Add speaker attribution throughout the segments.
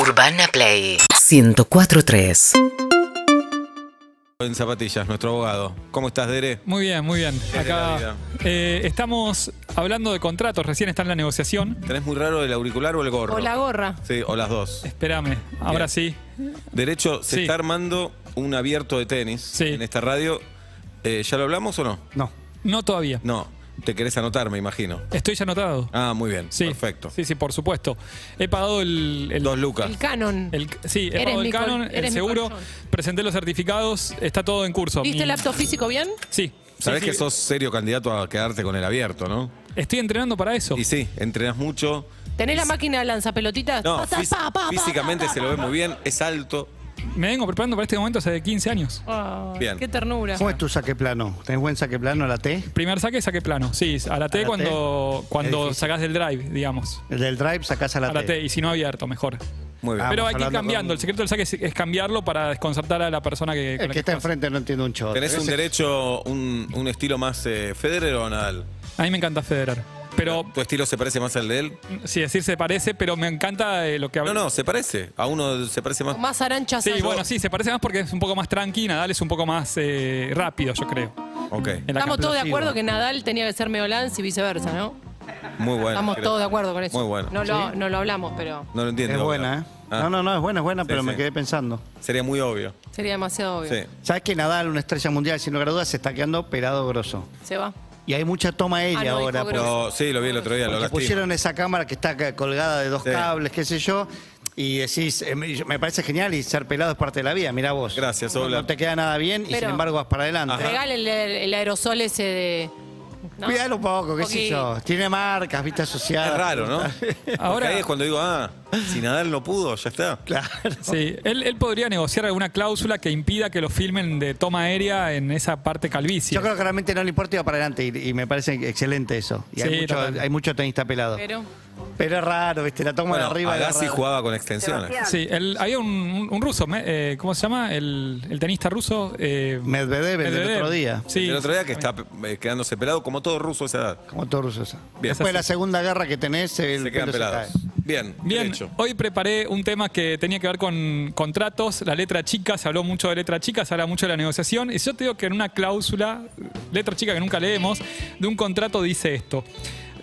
Speaker 1: Urbana Play 1043.
Speaker 2: En zapatillas, nuestro abogado. ¿Cómo estás, Dere?
Speaker 3: Muy bien, muy bien.
Speaker 2: de la vida.
Speaker 3: Acá eh, estamos hablando de contratos, recién está en la negociación.
Speaker 2: ¿Tenés muy raro el auricular o el gorro?
Speaker 4: O la gorra.
Speaker 2: Sí, o las dos.
Speaker 3: Espérame, ahora
Speaker 2: Bien.
Speaker 3: sí.
Speaker 2: Derecho, se
Speaker 3: Sí.
Speaker 2: está armando un abierto de tenis
Speaker 3: Sí.
Speaker 2: en esta radio. Eh, ¿Ya lo hablamos o no?
Speaker 5: No.
Speaker 3: No todavía.
Speaker 2: No. Te querés anotar, me imagino.
Speaker 3: Estoy ya anotado.
Speaker 2: Ah, muy bien.
Speaker 3: sí.
Speaker 2: Perfecto.
Speaker 3: Sí, sí, por supuesto. He pagado el. el-
Speaker 2: Dos lucas.
Speaker 4: El canon.
Speaker 3: el- sí, he
Speaker 4: Eres
Speaker 3: pagado el
Speaker 4: mi col-
Speaker 3: canon, el
Speaker 4: eres mi
Speaker 3: seguro,
Speaker 4: colchón.
Speaker 3: presenté los certificados, está todo en curso.
Speaker 4: ¿Viste
Speaker 3: Mi-
Speaker 4: el acto físico bien?
Speaker 3: Sí.
Speaker 2: Sabés
Speaker 3: sí,
Speaker 2: que
Speaker 3: sí.
Speaker 2: sos serio candidato a quedarte con el abierto, ¿no?
Speaker 3: Estoy entrenando para eso.
Speaker 2: Y sí, entrenás mucho.
Speaker 4: ¿Tenés la máquina de lanzapelotitas?
Speaker 2: No,
Speaker 4: Pasa,
Speaker 2: fís-
Speaker 4: pa, pa, pa,
Speaker 2: físicamente
Speaker 4: pa, pa,
Speaker 2: se lo ve
Speaker 4: pa.
Speaker 2: muy bien, es alto.
Speaker 3: Me vengo preparando para este momento hace 15 años.
Speaker 4: Ay,
Speaker 2: Bien.
Speaker 4: Qué ternura.
Speaker 5: ¿Cómo es tu saque plano? ¿Tenés buen saque plano la T?
Speaker 3: Primer saque, saque plano. Sí, a la T
Speaker 5: A la
Speaker 3: cuando,
Speaker 5: T. Es
Speaker 3: cuando
Speaker 5: difícil.
Speaker 3: sacás del drive, digamos.
Speaker 5: El del drive sacás a la,
Speaker 3: A la T,
Speaker 5: T.
Speaker 3: y si no abierto, mejor.
Speaker 2: Muy bien.
Speaker 5: Ah,
Speaker 3: Pero hay que ir
Speaker 5: hablando
Speaker 3: cambiando.
Speaker 5: con-
Speaker 3: El secreto del saque es, es cambiarlo para desconcertar a la persona que. con
Speaker 5: El
Speaker 3: la
Speaker 5: que está
Speaker 3: estás.
Speaker 5: enfrente no entiende un chorro.
Speaker 2: ¿Tenés un
Speaker 5: Ese-
Speaker 2: derecho, un, un estilo más eh, Federer o Nadal?
Speaker 3: A mí me encanta Federer. Pero,
Speaker 2: ¿Tu estilo se parece más al de él?
Speaker 3: si decir se parece, pero me encanta eh, lo que
Speaker 2: No,
Speaker 3: habla.
Speaker 2: no, se parece. A uno se parece más.
Speaker 4: Más arancha
Speaker 3: Sí,
Speaker 4: Sayo.
Speaker 3: bueno, sí, se parece más porque es un poco más tranqui. Nadal es un poco más eh, rápido, yo creo.
Speaker 2: Ok,
Speaker 3: en la
Speaker 4: Estamos todos de
Speaker 5: explosiva.
Speaker 4: acuerdo que Nadal tenía que ser medio lance y viceversa, ¿no?
Speaker 2: muy bueno.
Speaker 4: Estamos todos de acuerdo con eso.
Speaker 2: Muy bueno.
Speaker 4: No lo, no lo hablamos, pero
Speaker 2: No lo entiendo.
Speaker 5: Es buena, ¿eh?
Speaker 2: Ah,
Speaker 5: No, no, no, es buena, es buena,
Speaker 2: Sí,
Speaker 5: pero me
Speaker 2: sí.
Speaker 5: quedé pensando.
Speaker 2: Sería muy obvio.
Speaker 4: sería demasiado obvio.
Speaker 2: Sí.
Speaker 5: ¿Sabes que Nadal, una estrella mundial, sin lugar a dudas, se está quedando pelado grosso?
Speaker 4: Se va.
Speaker 5: Y hay mucha toma ella
Speaker 4: Ah, no,
Speaker 5: ahora.
Speaker 4: dijo
Speaker 5: porque-
Speaker 4: grosso.
Speaker 2: Lo- sí, lo vi el otro día, lo
Speaker 5: porque
Speaker 2: lastima.
Speaker 5: pusieron esa cámara que está acá colgada de dos
Speaker 2: Sí.
Speaker 5: cables, qué sé yo, y decís, eh, me me parece genial y ser pelado es parte de la vida, mirá vos.
Speaker 2: Gracias,
Speaker 5: No-
Speaker 2: Ola.
Speaker 5: No te queda nada bien y
Speaker 4: Pero-
Speaker 5: sin embargo vas para adelante.
Speaker 4: Regálenle el, el aerosol ese de. ¿no?
Speaker 5: Cuidalo un poco, qué sé
Speaker 4: Poquito.
Speaker 5: yo. Tiene marcas, viste asociadas.
Speaker 2: Es raro, ¿no? Ahora
Speaker 3: Ahora-
Speaker 2: ahí es cuando digo, ah, si Nadal no pudo, ya está.
Speaker 5: Claro.
Speaker 3: Sí, él, él podría negociar alguna cláusula que impida que lo filmen de toma aérea en esa parte calvicie.
Speaker 5: Yo creo que realmente no le importa y va para adelante. Y, y me parece excelente eso. Y
Speaker 3: Sí,
Speaker 5: hay, mucho,
Speaker 3: total.
Speaker 5: hay mucho tenista pelado. Pero,
Speaker 4: Pero.
Speaker 5: es raro, ¿viste? La toma
Speaker 2: Bueno,
Speaker 5: de arriba. era
Speaker 2: Agassi
Speaker 5: raro.
Speaker 2: jugaba con extensiones.
Speaker 3: Sí, él- había un, un- un ruso, me- eh, ¿cómo se llama? El, el tenista ruso. eh,
Speaker 5: Medvedev, el del
Speaker 3: Medvedev.
Speaker 5: otro día.
Speaker 3: Sí,
Speaker 2: el otro día que está eh, quedándose pelado como todo ruso a esa edad.
Speaker 5: Como todos rusos.
Speaker 2: Bien.
Speaker 5: Después de la segunda guerra que tenés, el
Speaker 2: se quedan
Speaker 5: pelo
Speaker 2: pelados.
Speaker 5: cae.
Speaker 2: Bien,
Speaker 3: Bien,
Speaker 2: derecho.
Speaker 3: hoy preparé un tema que tenía que ver con contratos, la letra chica, se habló mucho de letra chica, se habla mucho de la negociación, y yo te digo que en una cláusula, letra chica que nunca leemos, de un contrato dice esto.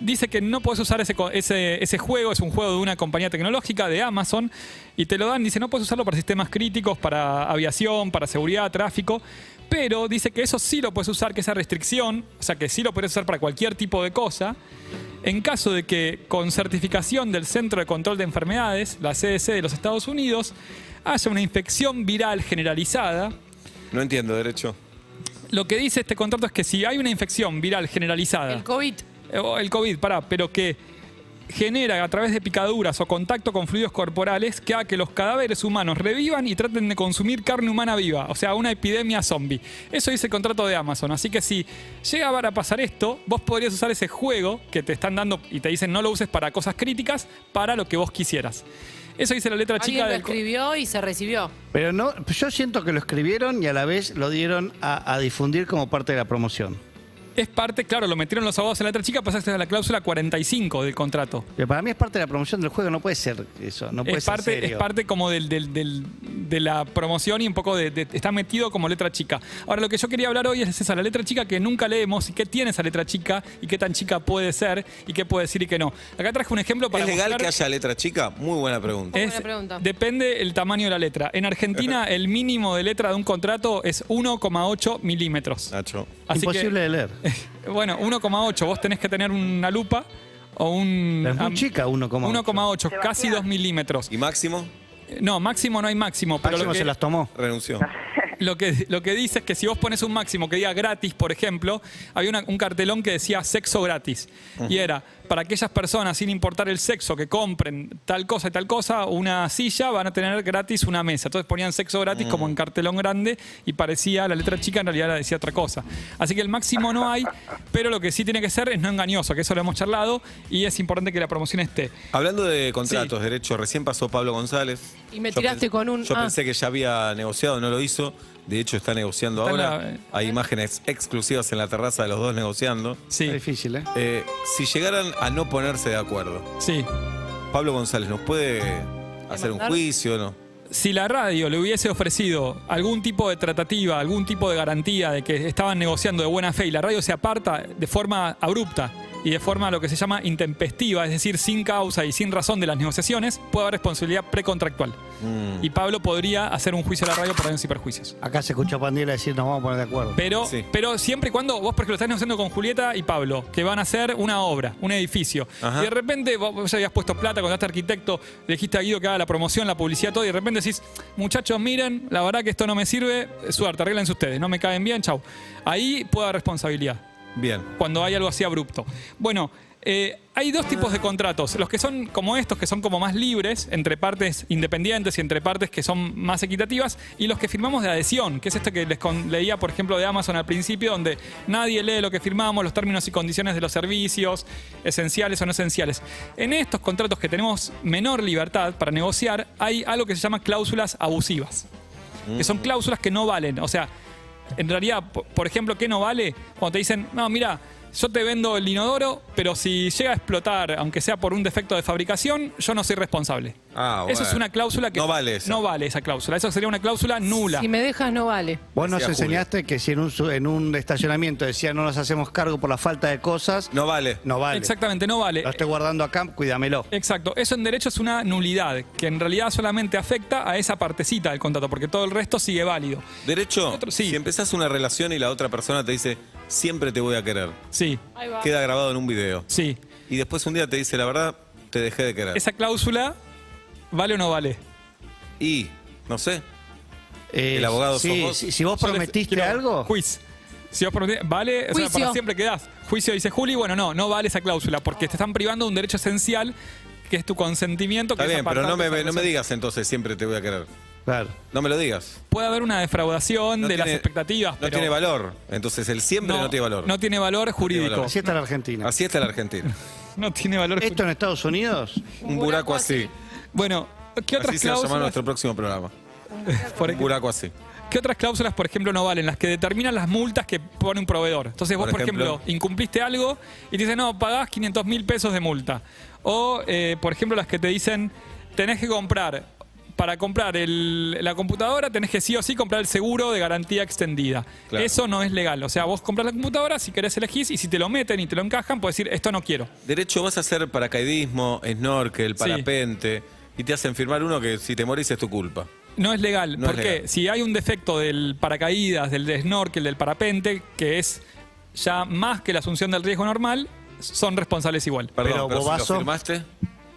Speaker 3: Dice que no puedes usar ese, co- ese, ese juego, es un juego de una compañía tecnológica, de Amazon, y te lo dan, dice, no puedes usarlo para sistemas críticos, para aviación, para seguridad, tráfico, pero dice que eso sí lo puedes usar, que esa restricción, o sea, que sí lo puedes usar para cualquier tipo de cosa, en caso de que, con certificación del Centro de Control de Enfermedades, la CDC de los Estados Unidos, haya una infección viral generalizada,
Speaker 2: No entiendo, derecho.
Speaker 3: lo que dice este contrato es que si hay una infección viral
Speaker 2: Ah.
Speaker 3: generalizada,
Speaker 4: El COVID.
Speaker 3: eh, o el COVID, pará, pero que genera a través de picaduras o contacto con fluidos corporales que haga que los cadáveres humanos revivan y traten de consumir carne humana viva, o sea, una epidemia zombie. Eso dice el contrato de Amazon, así que si llega a pasar esto, vos podrías usar ese juego que te están dando y te dicen no lo uses para cosas críticas, para lo que vos quisieras. Eso dice la letra
Speaker 4: Alguien
Speaker 3: chica
Speaker 4: lo
Speaker 3: del... co-
Speaker 4: escribió y se recibió.
Speaker 5: Pero no, yo siento que lo escribieron y a la vez lo dieron a, a difundir como parte de la promoción.
Speaker 3: Es parte, claro, lo metieron los abogados en la letra chica, pasaste a la cláusula 45 del contrato.
Speaker 5: Pero para mí es parte de la promoción del juego, no puede ser eso. No puede
Speaker 3: es,
Speaker 5: ser
Speaker 3: parte, es
Speaker 5: serio.
Speaker 3: parte como del, del- del- de la promoción y un poco de, de- Está metido como letra chica. Ahora, lo que yo quería hablar hoy es esa, la letra chica que nunca leemos y qué tiene esa letra chica y qué tan chica puede ser y qué puede decir y qué no. Acá traje un ejemplo para.
Speaker 2: ¿Es legal
Speaker 3: mostrar- Eh.
Speaker 2: que haya letra chica? Muy buena pregunta.
Speaker 3: es-
Speaker 4: Buena pregunta.
Speaker 3: depende el tamaño de la letra. En Argentina, el mínimo de letra de un contrato es 1,8 milímetros.
Speaker 2: Nacho.
Speaker 3: Así que-
Speaker 5: Imposible de leer.
Speaker 3: bueno, 1,8. Vos tenés que tener una lupa o un.
Speaker 5: Es muy
Speaker 3: am-
Speaker 5: chica 1,8.
Speaker 3: 1,8, casi 2 milímetros.
Speaker 2: ¿Y Máximo?
Speaker 3: No, máximo no hay máximo, pero
Speaker 5: Máximo
Speaker 3: lo que,
Speaker 5: se las tomó.
Speaker 2: Renunció.
Speaker 4: Ah.
Speaker 3: lo, que, lo que dice es que si vos pones un máximo que diga gratis, por ejemplo, había una- un cartelón que decía sexo gratis. Y era, para aquellas personas, sin importar el sexo, que compren tal cosa y tal cosa, una silla, van a tener gratis una mesa. Entonces ponían sexo gratis como
Speaker 5: Mm.
Speaker 3: en cartelón grande y parecía la letra chica, en realidad la decía otra cosa. Así que el máximo no hay, pero lo que sí tiene que ser es no engañoso, que eso lo hemos charlado y es importante que la promoción esté.
Speaker 2: Hablando de contratos,
Speaker 3: Sí.
Speaker 2: derecho, recién pasó Pablo González.
Speaker 4: Y me
Speaker 2: Yo
Speaker 4: tiraste
Speaker 2: pens-
Speaker 4: con un,
Speaker 2: Yo
Speaker 4: ah.
Speaker 2: pensé que ya había negociado, no lo hizo. De hecho, está negociando
Speaker 3: Está en
Speaker 2: ahora.
Speaker 3: la-
Speaker 2: Hay imágenes exclusivas en la terraza de los dos negociando.
Speaker 3: Sí,
Speaker 5: Es difícil, ¿eh?
Speaker 2: Eh, si llegaran a no ponerse de acuerdo,
Speaker 3: sí.
Speaker 2: Pablo González nos puede hacer un
Speaker 4: mandar?
Speaker 2: juicio, ¿no?
Speaker 3: Si la radio le hubiese ofrecido algún tipo de tratativa, algún tipo de garantía de que estaban negociando de buena fe y la radio se aparta de forma abrupta y de forma lo que se llama intempestiva, es decir, sin causa y sin razón de las negociaciones, puede haber responsabilidad precontractual.
Speaker 2: Mm.
Speaker 3: Y Pablo podría hacer un juicio a la radio por daños y perjuicios.
Speaker 5: Acá se escuchó a Pandiela decir nos vamos a poner de acuerdo.
Speaker 3: Pero,
Speaker 2: Sí.
Speaker 3: pero siempre y cuando vos, por ejemplo, estás negociando con Julieta y Pablo, que van a hacer una obra, un edificio.
Speaker 2: Ajá.
Speaker 3: Y de repente vos vos ya habías puesto plata, contrataste arquitecto, le dijiste a Guido que haga la promoción, la publicidad, todo, y de repente decís, muchachos, miren, la verdad que esto no me sirve, suerte, arreglense ustedes, no me caen bien, chau. Ahí puede haber responsabilidad
Speaker 2: Bien.
Speaker 3: cuando hay algo así abrupto. Bueno, eh, hay dos tipos de contratos, los que son como estos, que son como más libres, entre partes independientes y entre partes que son más equitativas, y los que firmamos de adhesión, que es este que les con- leía, por ejemplo, de Amazon al principio, donde nadie lee lo que firmamos, los términos y condiciones de los servicios, esenciales o no esenciales. En estos contratos que tenemos menor libertad para negociar, hay algo que se llama cláusulas abusivas que
Speaker 2: Mm.
Speaker 3: son cláusulas que no valen. O sea, en realidad, po- por ejemplo, ¿qué no vale? Cuando te dicen, no, mira, yo te vendo el inodoro, pero si llega a explotar, aunque sea por un defecto de fabricación, yo no soy responsable.
Speaker 2: Ah,
Speaker 3: Eso
Speaker 2: bueno.
Speaker 3: es una cláusula que
Speaker 2: No vale esa.
Speaker 3: no vale esa cláusula. Eso sería una cláusula nula.
Speaker 4: Si me dejas, no vale.
Speaker 5: Vos nos
Speaker 2: Decía Julio.
Speaker 5: enseñaste que si en un, su- en un estacionamiento decía no nos hacemos cargo por la falta de cosas,
Speaker 2: No vale.
Speaker 5: no vale.
Speaker 3: Exactamente, no vale.
Speaker 5: Lo estoy guardando acá, cuídamelo.
Speaker 3: Exacto, eso en derecho es una nulidad, que en realidad solamente afecta a esa partecita del contrato, porque todo el resto sigue válido.
Speaker 2: Derecho,
Speaker 3: Otro- sí.
Speaker 2: si empezás una relación y la otra persona te dice, siempre te voy a querer,
Speaker 3: Sí,
Speaker 4: Ahí va.
Speaker 2: queda grabado en un video.
Speaker 3: sí.
Speaker 2: Y después un día te dice, la verdad, te dejé de querer.
Speaker 3: ¿Esa cláusula vale o no vale?
Speaker 2: Y, no sé,
Speaker 5: Eh,
Speaker 2: El abogado
Speaker 5: sí,
Speaker 2: sos vos.
Speaker 5: Si, si vos
Speaker 3: Yo les-
Speaker 5: prometiste
Speaker 3: quiero-
Speaker 5: algo,
Speaker 3: Juiz. Si vos prometiste, vale, o sea,
Speaker 4: Juicio.
Speaker 3: para siempre quedás. Juicio dice Juli, bueno, no, no vale esa cláusula porque te están privando de un derecho esencial que es tu consentimiento. que
Speaker 2: está
Speaker 3: es
Speaker 2: bien, pero no
Speaker 3: apartarte de
Speaker 2: me,
Speaker 3: esa
Speaker 2: no me
Speaker 3: relación.
Speaker 2: digas entonces, siempre te voy a querer.
Speaker 5: claro.
Speaker 2: No me lo digas.
Speaker 3: Puede haber una defraudación
Speaker 2: No
Speaker 3: de las
Speaker 2: tiene-
Speaker 3: expectativas,
Speaker 2: No
Speaker 3: pero.
Speaker 2: tiene valor. Entonces el siempre no, tiene valor.
Speaker 3: No tiene valor jurídico.
Speaker 2: valor.
Speaker 5: Así está la Argentina.
Speaker 2: Así está la Argentina.
Speaker 3: No tiene valor
Speaker 5: Esto
Speaker 3: jurídico.
Speaker 5: en Estados Unidos,
Speaker 2: Un buraco así.
Speaker 3: Bueno, ¿qué otras
Speaker 2: Así se va a llamar
Speaker 3: cláusulas?
Speaker 2: nuestro próximo programa.
Speaker 3: por
Speaker 2: Un
Speaker 3: ejemplo,
Speaker 2: buraco así.
Speaker 3: ¿Qué otras cláusulas, por ejemplo, no valen? Las que determinan las multas que pone un proveedor. Entonces vos,
Speaker 2: Por
Speaker 3: por ejemplo,
Speaker 2: ejemplo,
Speaker 3: incumpliste algo y te dicen, no, pagás 500 mil pesos de multa. O, eh, por ejemplo, las que te dicen, tenés que comprar, para comprar el- la computadora, tenés que sí o sí comprar el seguro de garantía extendida.
Speaker 2: Claro.
Speaker 3: Eso no es legal. O sea, vos compras la computadora, si querés elegís, y si te lo meten y te lo encajan, puedes decir, esto no quiero.
Speaker 2: Derecho, vas a hacer paracaidismo, snorkel, parapente, y te hacen firmar uno que si te morís es tu culpa.
Speaker 3: No es legal,
Speaker 2: No es
Speaker 3: porque
Speaker 2: legal.
Speaker 3: si hay un defecto del paracaídas, del snorkel, del parapente, que es ya más que la asunción del riesgo normal, son responsables igual.
Speaker 5: Pero,
Speaker 2: Perdón, pero, si
Speaker 5: bobazo.
Speaker 2: lo firmaste,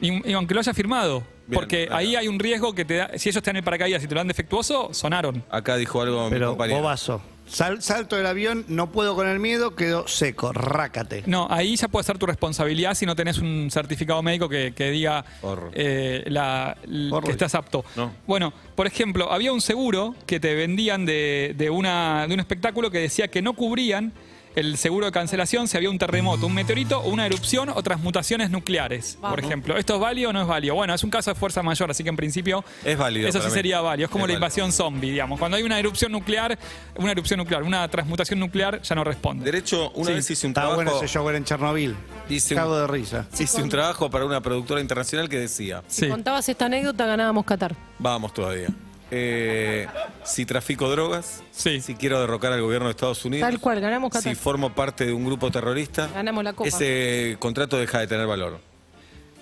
Speaker 3: Y, y aunque lo haya firmado,
Speaker 2: Bien,
Speaker 3: porque
Speaker 2: claro.
Speaker 3: ahí hay un riesgo que te da, si ellos te dan el paracaídas y te lo dan defectuoso, sonaron.
Speaker 2: acá dijo algo mi
Speaker 5: pero
Speaker 2: compañero.
Speaker 5: bobazo. Sal- salto del avión, no puedo con el miedo, quedo seco, rácate.
Speaker 3: No, ahí ya puede ser tu responsabilidad si no tenés un certificado médico que, que diga
Speaker 2: Horror.
Speaker 3: eh, la- l-
Speaker 5: Horror.
Speaker 3: que estás apto.
Speaker 2: No.
Speaker 3: Bueno, por ejemplo, había un seguro que te vendían de, de una, de un espectáculo que decía que no cubrían el seguro de cancelación si había un terremoto, un meteorito, una erupción o transmutaciones nucleares, por
Speaker 4: Vamos.
Speaker 3: ejemplo. ¿Esto es válido o no es válido? Bueno, es un caso de fuerza mayor, así que en principio
Speaker 2: Es válido
Speaker 3: Eso sí
Speaker 2: para mí.
Speaker 3: sería válido. Es como
Speaker 2: Es
Speaker 3: la
Speaker 2: válido.
Speaker 3: invasión zombie, digamos. Cuando hay una erupción nuclear, una erupción nuclear, una transmutación nuclear, ya no responde.
Speaker 2: Derecho, una
Speaker 3: Sí.
Speaker 2: vez hice un
Speaker 5: Estaba
Speaker 2: trabajo.
Speaker 5: bueno ese show en Chernobyl.
Speaker 2: Hice un-
Speaker 5: Cago de risa.
Speaker 2: Hice un trabajo para una productora internacional que decía,
Speaker 4: Si
Speaker 3: Sí.
Speaker 4: contabas esta anécdota, ganábamos Qatar.
Speaker 2: vamos todavía. eh, si trafico drogas,
Speaker 3: Sí.
Speaker 2: si quiero derrocar al gobierno de Estados Unidos,
Speaker 4: Tal cual, ganamos Qatar.
Speaker 2: si formo parte de un grupo terrorista,
Speaker 4: Ganamos la copa.
Speaker 2: ese contrato deja de tener valor.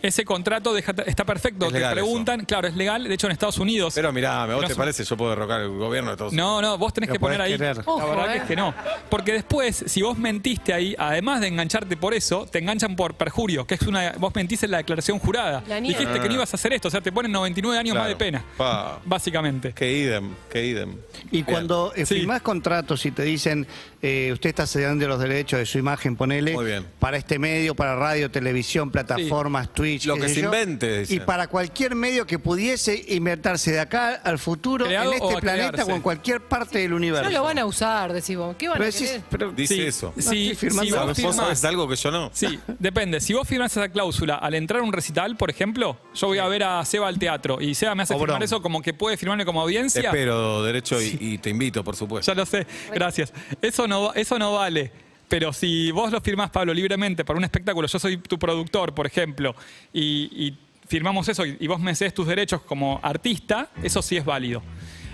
Speaker 3: Ese contrato deja- está perfecto.
Speaker 2: Es
Speaker 3: Te
Speaker 2: legal
Speaker 3: preguntan, claro, es legal. De hecho, en Estados Unidos.
Speaker 2: Pero mirá, ¿a vos
Speaker 3: No
Speaker 2: te
Speaker 3: es-
Speaker 2: parece? Yo puedo derrocar el gobierno de Estados Unidos.
Speaker 3: no, no, vos tenés
Speaker 5: Lo
Speaker 3: que poner
Speaker 5: podés
Speaker 3: ahí.
Speaker 5: querer.
Speaker 4: Ojo,
Speaker 3: la verdad que
Speaker 4: eh.
Speaker 3: es que no. Porque después, si vos mentiste ahí, además de engancharte por eso, te enganchan por perjurio, que es una. Vos mentís en la declaración jurada.
Speaker 4: La niega.
Speaker 3: Dijiste que no ibas a hacer esto, o sea, te ponen 99 años más de
Speaker 2: Claro.
Speaker 3: pena.
Speaker 2: Pa.
Speaker 3: Básicamente.
Speaker 2: Que idem, que idem.
Speaker 5: Y
Speaker 2: Bien.
Speaker 5: cuando eh,
Speaker 3: Sí.
Speaker 5: firmás contratos y te dicen, eh, usted está cediendo los derechos de su imagen, ponele,
Speaker 2: Muy bien.
Speaker 5: para este medio, para radio, televisión, plataformas, Twitch,
Speaker 2: Lo
Speaker 5: qué
Speaker 2: que
Speaker 5: sé
Speaker 2: se
Speaker 5: yo,
Speaker 2: invente, dicen.
Speaker 5: Y para cualquier medio que pudiese inventarse de acá al futuro,
Speaker 3: Creado
Speaker 5: en
Speaker 3: o
Speaker 5: este
Speaker 3: a
Speaker 5: planeta
Speaker 3: crearse.
Speaker 5: o en cualquier parte del universo.
Speaker 4: No lo van a eh. usar, decís vos. ¿Qué van
Speaker 5: Pero
Speaker 4: a
Speaker 5: decís,
Speaker 4: querer?
Speaker 5: pero-
Speaker 2: Dice
Speaker 3: Sí,
Speaker 2: eso.
Speaker 5: No
Speaker 3: sí,
Speaker 5: estoy firmando
Speaker 3: si
Speaker 5: nada.
Speaker 3: vos
Speaker 2: ¿Sabes? ¿Vos sabés
Speaker 3: firmás,
Speaker 2: algo que yo no?
Speaker 3: Sí, depende. Si vos firmás esa cláusula al entrar a un recital, por ejemplo, yo voy a ver a Seba al teatro y Seba me hace
Speaker 5: Obrón.
Speaker 3: firmar eso como que puede firmarme como
Speaker 2: Te
Speaker 3: audiencia.
Speaker 2: espero, derecho, y, y te invito, por supuesto.
Speaker 3: Ya lo sé, gracias. Eso no, eso no vale. Pero si vos lo firmás, Pablo, libremente para un espectáculo, yo soy tu productor, por ejemplo, y, y firmamos eso y, y vos me cedes tus derechos como artista, eso sí es válido.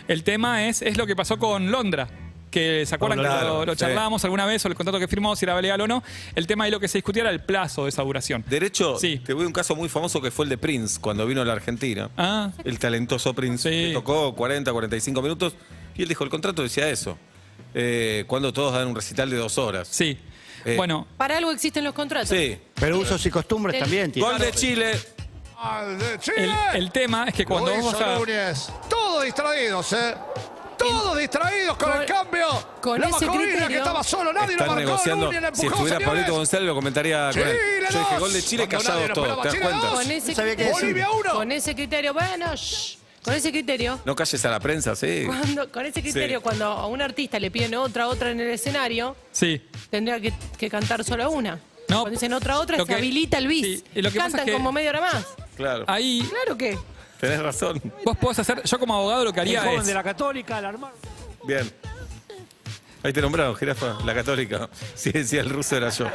Speaker 3: El tema es, es lo que pasó con Londra. Que se acuerdan
Speaker 2: Londra,
Speaker 3: que lo, lo
Speaker 2: sí.
Speaker 3: charlábamos alguna vez, o el contrato que firmó, si era legal o no. El tema ahí lo que se discutía era el plazo de esa duración.
Speaker 2: De hecho,
Speaker 3: Sí.
Speaker 2: te voy a un caso muy famoso que fue el de Prince cuando vino a la Argentina.
Speaker 3: Ah,
Speaker 2: El talentoso Prince
Speaker 3: Sí.
Speaker 2: que tocó 40, 45 minutos y él dijo, el contrato decía eso. Eh, cuando todos dan un recital de dos horas.
Speaker 3: sí.
Speaker 2: Eh,
Speaker 3: Bueno,
Speaker 4: Para algo existen los contratos.
Speaker 2: Sí.
Speaker 5: Pero usos y costumbres también tiene.
Speaker 2: Gol de Chile.
Speaker 6: Al de Chile.
Speaker 3: el, el tema es que cuando
Speaker 6: Lo
Speaker 3: vos
Speaker 6: hizo
Speaker 3: vas a.
Speaker 6: Núñez. Todos distraídos, ¿eh? Todos distraídos con,
Speaker 4: con-
Speaker 6: el cambio.
Speaker 4: con
Speaker 6: la
Speaker 4: ese
Speaker 6: Macorina que
Speaker 4: criterio-
Speaker 6: estaba solo, nadie lo
Speaker 2: Están
Speaker 6: marcó.
Speaker 2: negociando.
Speaker 6: Núñez la
Speaker 2: Si
Speaker 6: empujó,
Speaker 2: estuviera
Speaker 6: señores.
Speaker 2: Pablito González lo comentaría con él.
Speaker 6: Chile
Speaker 2: Yo dije
Speaker 6: dos.
Speaker 2: gol de Chile,
Speaker 6: Cuando nadie
Speaker 2: callados
Speaker 6: lo
Speaker 2: todos. ¿Te das
Speaker 6: esperaba, Chile
Speaker 2: cuenta?
Speaker 6: dos.
Speaker 4: Con ese,
Speaker 5: No sabía qué decir.
Speaker 6: Bolivia uno.
Speaker 4: con ese criterio, bueno, shh, con ese criterio,
Speaker 2: No calles a la prensa, sí.
Speaker 4: cuando, con ese criterio,
Speaker 2: Sí.
Speaker 4: cuando a un artista le piden otra, otra en el escenario,
Speaker 3: Sí.
Speaker 4: tendría que, que cantar solo una.
Speaker 3: No,
Speaker 4: cuando dicen otra, otra,
Speaker 3: lo
Speaker 4: se
Speaker 3: que-
Speaker 4: habilita el bis.
Speaker 3: sí, y lo que pasa
Speaker 4: Cantan
Speaker 3: es que-
Speaker 4: como media hora más.
Speaker 2: Claro.
Speaker 3: Ahí
Speaker 4: Claro que.
Speaker 2: Tenés razón.
Speaker 3: vos podés hacer. Yo como abogado lo que
Speaker 7: El
Speaker 3: haría
Speaker 7: joven
Speaker 3: es.
Speaker 7: de la Católica, el armado.
Speaker 2: Bien. Ahí te nombraron, jirafa, la católica. Sí, decía el ruso era yo.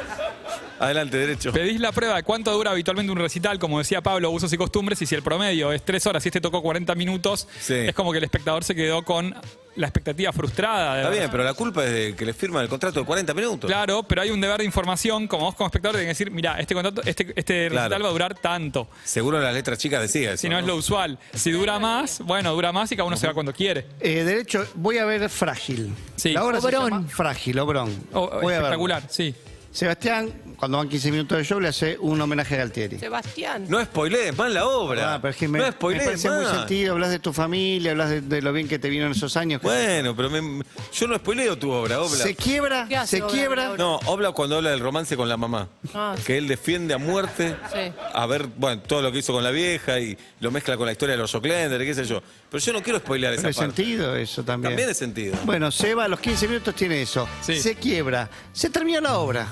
Speaker 2: Adelante, derecho.
Speaker 3: Pedís la prueba de cuánto dura habitualmente un recital, como decía Pablo, usos y costumbres, y si el promedio es tres horas y este tocó 40 minutos,
Speaker 2: Sí.
Speaker 3: es como que el espectador se quedó con la expectativa frustrada. de
Speaker 2: Está
Speaker 3: ver-
Speaker 2: bien, pero la culpa es de que le firman el contrato de 40 minutos.
Speaker 3: Claro, pero hay un deber de información, como vos como espectador tenés que decir, mira, este contrato, este, este
Speaker 2: Claro.
Speaker 3: recital va a durar tanto.
Speaker 2: Seguro las letras chicas decía eso.
Speaker 3: Si no es lo usual. Si dura más, bueno, dura más y cada uno se va cuando quiere.
Speaker 5: Eh, derecho, voy a ver Frágil.
Speaker 3: Sí.
Speaker 5: La obra se
Speaker 4: Obrón.
Speaker 5: llama Frágil, Obrón.
Speaker 2: Oh,
Speaker 3: O-
Speaker 5: Voy a verla.
Speaker 3: Oh, espectacular, sí.
Speaker 5: Sebastián, cuando van 15 minutos de show, le hace un homenaje a Galtieri.
Speaker 4: Sebastián.
Speaker 2: No spoilees más la obra.
Speaker 5: Ah, pero es que me,
Speaker 2: no
Speaker 5: me
Speaker 2: spoilees
Speaker 5: parece muy
Speaker 2: más.
Speaker 5: sentido. Hablas de tu familia, hablas de, de lo bien que te vino en esos años.
Speaker 2: Bueno, pero me- yo no spoileo tu obra, Obla.
Speaker 5: se quiebra,
Speaker 4: ¿Qué hace
Speaker 5: se
Speaker 4: Obrón
Speaker 5: quiebra.
Speaker 4: ahora?
Speaker 2: No, Obla cuando habla del romance con la mamá.
Speaker 4: Ah, sí.
Speaker 2: Que él defiende a muerte
Speaker 4: Sí.
Speaker 2: a ver, bueno, todo lo que hizo con la vieja y lo mezcla con la historia de los Joclender, qué sé yo. Pero yo no quiero spoilear
Speaker 5: Pero
Speaker 2: esa
Speaker 5: es
Speaker 2: parte.
Speaker 5: sentido eso también.
Speaker 2: También es sentido.
Speaker 5: Bueno, Seba a los 15 minutos tiene eso.
Speaker 3: Sí.
Speaker 5: Se quiebra, se termina la obra.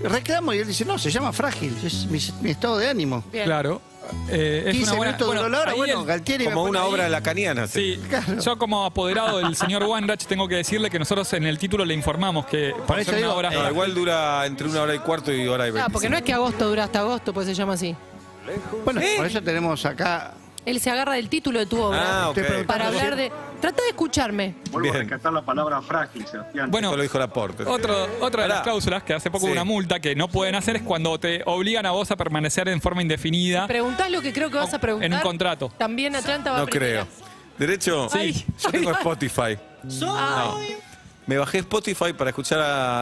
Speaker 5: Reclamo y él dice, no, se llama frágil, es mi, mi estado de ánimo.
Speaker 4: Bien.
Speaker 3: Claro. Eh, es
Speaker 5: 15
Speaker 3: una buena-
Speaker 5: minutos
Speaker 3: bueno,
Speaker 5: de dolor,
Speaker 3: ahí
Speaker 5: bueno,
Speaker 3: el-
Speaker 5: Galtieri me
Speaker 2: Como
Speaker 5: pone
Speaker 2: una
Speaker 5: ahí.
Speaker 2: obra de la caniana.
Speaker 3: Sí, yo como apoderado del señor Wanrach tengo que decirle que nosotros en el título le informamos que por
Speaker 5: eso
Speaker 3: ser una
Speaker 5: digo,
Speaker 3: obra
Speaker 2: No, igual dura entre una hora y cuarto y hora y veinte.
Speaker 4: Ah, porque no es que agosto dura hasta agosto, pues se llama así.
Speaker 5: Bueno, por eso tenemos acá...
Speaker 4: Él se agarra del título de tu obra.
Speaker 2: Ah, ok.
Speaker 5: Estoy preguntando
Speaker 4: Para hablar de. Trata de escucharme.
Speaker 8: Vuelvo
Speaker 2: Bien.
Speaker 8: a rescatar la palabra frágil, Sebastián.
Speaker 3: Bueno,
Speaker 2: eh, Esto lo dijo Laporte.
Speaker 3: Otro- otra
Speaker 2: Pará.
Speaker 3: de las cláusulas que hace poco
Speaker 2: Sí.
Speaker 3: hubo una multa que no pueden hacer es cuando te obligan a vos a permanecer en forma indefinida.
Speaker 4: Preguntás lo que creo que vas a preguntar.
Speaker 3: En un contrato.
Speaker 4: También Atlanta va a
Speaker 2: No creo. ¿Derecho?
Speaker 4: Sí. Ay,
Speaker 2: Yo tengo
Speaker 4: ay, ay.
Speaker 2: Spotify.
Speaker 4: Ah,
Speaker 2: No. Me bajé Spotify para escuchar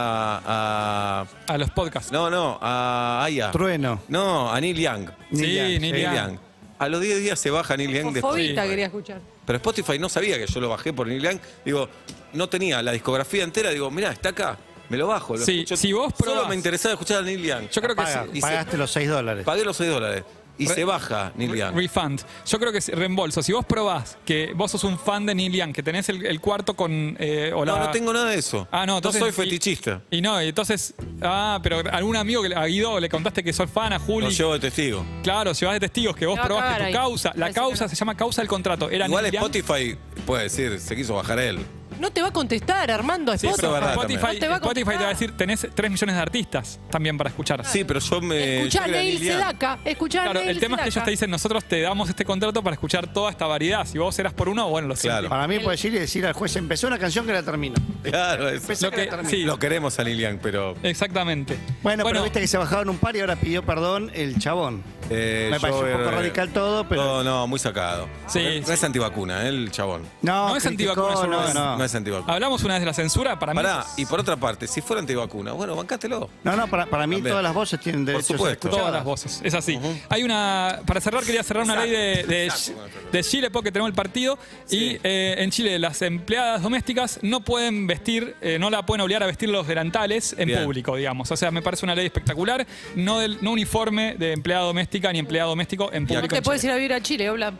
Speaker 2: a. a-
Speaker 3: A los podcasts.
Speaker 2: no, no, a Aya.
Speaker 5: Trueno.
Speaker 2: No, a Neil Young.
Speaker 3: sí,
Speaker 5: Young,
Speaker 3: Neil
Speaker 5: sí.
Speaker 3: Young.
Speaker 2: Young. A los 10 días se baja Neil Young de
Speaker 4: Fobita
Speaker 2: Spotify.
Speaker 4: quería escuchar.
Speaker 2: Pero Spotify no sabía que yo lo bajé por Neil Young. Digo, no tenía la discografía entera. Digo, mirá, está acá. Me lo bajo. Lo
Speaker 3: Sí,
Speaker 2: escucho.
Speaker 3: si vos
Speaker 2: Solo
Speaker 3: probás.
Speaker 2: me interesaba escuchar a Neil Young.
Speaker 3: Yo creo que
Speaker 5: Paga,
Speaker 3: sí.
Speaker 2: dice-
Speaker 5: pagaste los 6 dólares.
Speaker 2: Pagué los 6 dólares. Y
Speaker 3: Re-
Speaker 2: se baja Neil Young.
Speaker 3: Refund. Yo creo que es reembolso. Si vos probás que vos sos un fan de Neil Young, que tenés el, el cuarto con. eh, o
Speaker 2: No,
Speaker 3: la-
Speaker 2: no tengo nada de eso.
Speaker 3: Ah, no, entonces-
Speaker 2: soy fetichista.
Speaker 3: Y no, y entonces. Ah, pero algún amigo, que, le- a Guido, le contaste que sos fan, a Juli.
Speaker 2: Lo llevo de testigo.
Speaker 3: Claro, si vas de testigos que vos
Speaker 4: Te va a
Speaker 3: probaste
Speaker 4: cagar
Speaker 3: tu
Speaker 4: ahí.
Speaker 3: causa. La
Speaker 4: Parece que
Speaker 3: causa
Speaker 4: no.
Speaker 3: se llama causa del contrato. Era
Speaker 2: Igual
Speaker 3: Neil Young.
Speaker 2: Spotify puede decir, se quiso bajar él.
Speaker 4: No te va a contestar, Armando, a
Speaker 3: Sí,
Speaker 2: Eso
Speaker 4: Spotify.
Speaker 2: es
Speaker 3: pero
Speaker 2: verdad
Speaker 3: Spotify,
Speaker 2: también.
Speaker 4: No te va a
Speaker 3: Spotify te va a
Speaker 4: comprar.
Speaker 3: decir, tenés 3 millones de artistas también para escuchar.
Speaker 2: Sí, pero yo me.
Speaker 4: Escuchá a
Speaker 2: yo creo que
Speaker 4: Neil
Speaker 2: Neil Young-
Speaker 4: Sedaka. Escuchá a
Speaker 3: eh, Claro,
Speaker 4: Neil
Speaker 3: el tema es que ellos
Speaker 4: Sedaka.
Speaker 3: te dicen, nosotros te damos este contrato para escuchar toda esta variedad. Si vos eras por uno, bueno, lo
Speaker 2: Claro.
Speaker 3: siento.
Speaker 5: Para mí puede decir y decir al juez, empezó una canción que la termino.
Speaker 2: Claro, es-
Speaker 5: Empezó
Speaker 3: Lo que-
Speaker 5: la termino.
Speaker 3: sí.
Speaker 2: Lo queremos a Neil Young, pero.
Speaker 3: Exactamente.
Speaker 5: Bueno, pero viste que se bajaron un par y ahora pidió perdón el chabón.
Speaker 2: eh,
Speaker 5: Me
Speaker 2: yo
Speaker 5: parece un
Speaker 2: voy a-
Speaker 5: poco radical todo, pero...
Speaker 2: No, no, muy sacado.
Speaker 3: Sí,
Speaker 2: no,
Speaker 3: sí.
Speaker 2: es antivacuna, ¿eh? el chabón.
Speaker 5: No,
Speaker 3: No es
Speaker 5: criticó,
Speaker 3: antivacunas
Speaker 5: no,
Speaker 3: urbanas.
Speaker 5: no.
Speaker 2: No es antivacuna.
Speaker 3: Hablamos una vez de la censura, para mí.
Speaker 2: Pará,
Speaker 3: eso es-
Speaker 2: y por otra parte, si fuera antivacuna, bueno, bancátelo.
Speaker 5: No, no, para, para mí
Speaker 2: También.
Speaker 5: todas las voces tienen
Speaker 2: Por
Speaker 5: derecho a ser
Speaker 2: supuesto.
Speaker 5: escuchadas.
Speaker 3: Todas las voces, es así. Hay una. Para cerrar, quería cerrar una ley
Speaker 2: Exacto,
Speaker 3: de, de-
Speaker 2: exacto.
Speaker 3: de Chile, porque tenemos el partido. Y eh, en Chile, las empleadas domésticas no pueden vestir, eh, no la pueden obligar a vestir los delantales en
Speaker 2: Bien.
Speaker 3: público, digamos. O sea, me parece una ley espectacular. No, del, no uniforme de empleada doméstica ni empleado doméstico en
Speaker 4: No
Speaker 3: público.
Speaker 4: te
Speaker 3: en
Speaker 4: puedes
Speaker 3: Chile.
Speaker 4: ir a vivir a Chile, Obla.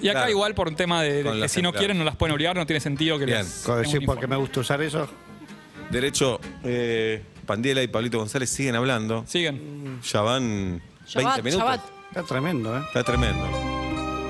Speaker 3: Y acá,
Speaker 2: Claro.
Speaker 3: igual, por un tema de, de
Speaker 2: Con
Speaker 3: que
Speaker 2: las
Speaker 3: si no
Speaker 2: empleadas.
Speaker 3: quieren, no las pueden obligar, no tiene sentido que
Speaker 2: Bien.
Speaker 3: las
Speaker 5: Como decir,
Speaker 3: tengan
Speaker 5: porque me
Speaker 3: uniforme.
Speaker 5: gusta usar eso.
Speaker 2: Derecho, eh, Pandiela y Pablito González siguen hablando.
Speaker 3: Siguen.
Speaker 2: Ya van 20
Speaker 4: Chabat,
Speaker 2: minutos.
Speaker 4: Chabat.
Speaker 5: Está tremendo, ¿eh?
Speaker 2: Está tremendo.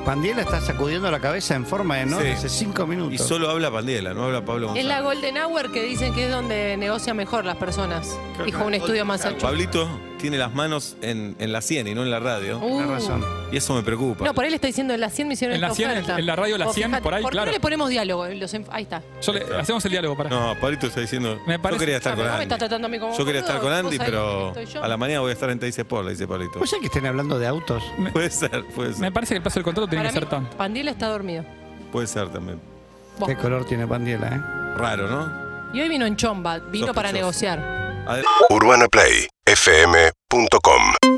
Speaker 5: Pandiela está sacudiendo la cabeza en forma de no
Speaker 2: Sí.
Speaker 5: hace cinco minutos.
Speaker 2: Y solo habla Pandiela, no habla Pablo
Speaker 4: Es
Speaker 2: González.
Speaker 4: la Golden Hour que dicen que es donde negocia mejor las personas, dijo un estudio más ancho.
Speaker 2: Pablito, tiene las manos en, en la sien y no en la radio.
Speaker 4: Uh.
Speaker 5: Tenés razón.
Speaker 2: Y eso me preocupa.
Speaker 4: No, por ahí le está diciendo en la 100 me hicieron
Speaker 3: En la
Speaker 4: esta
Speaker 3: 100,
Speaker 4: oferta.
Speaker 3: en la radio La
Speaker 4: O
Speaker 3: 100,
Speaker 4: fíjate,
Speaker 3: por ahí,
Speaker 4: ¿por qué
Speaker 3: claro.
Speaker 4: no le ponemos diálogo? Los enf- ahí está.
Speaker 3: Yo le- hacemos el diálogo para.
Speaker 2: No, Pablito está diciendo.
Speaker 3: Me parece-
Speaker 2: Yo quería estar
Speaker 4: Ah,
Speaker 2: con
Speaker 4: pero no me
Speaker 2: Andy.
Speaker 4: estás tratando a mí como
Speaker 2: yo quería
Speaker 4: boludo,
Speaker 2: estar con
Speaker 4: vos
Speaker 2: Andy,
Speaker 4: sabés
Speaker 2: pero
Speaker 4: quién estoy yo. Pues
Speaker 2: a la mañana voy a estar en Teis Sport, le dice Pablito.
Speaker 5: ¿Vos sabés Pues que estén hablando de autos?
Speaker 2: Puede ser, puede ser.
Speaker 3: Me parece que el plazo del contrato tiene
Speaker 4: Para
Speaker 3: que ser
Speaker 4: mí,
Speaker 3: tanto.
Speaker 4: Pandiela está dormido.
Speaker 2: Puede ser también.
Speaker 4: Vos.
Speaker 5: ¿Qué color tiene Pandiela, eh?
Speaker 2: Raro, ¿no?
Speaker 4: Y hoy vino en chomba, vino para
Speaker 2: Sospechoso.
Speaker 4: negociar.
Speaker 2: Ade-
Speaker 7: UrbanaPlayFM.com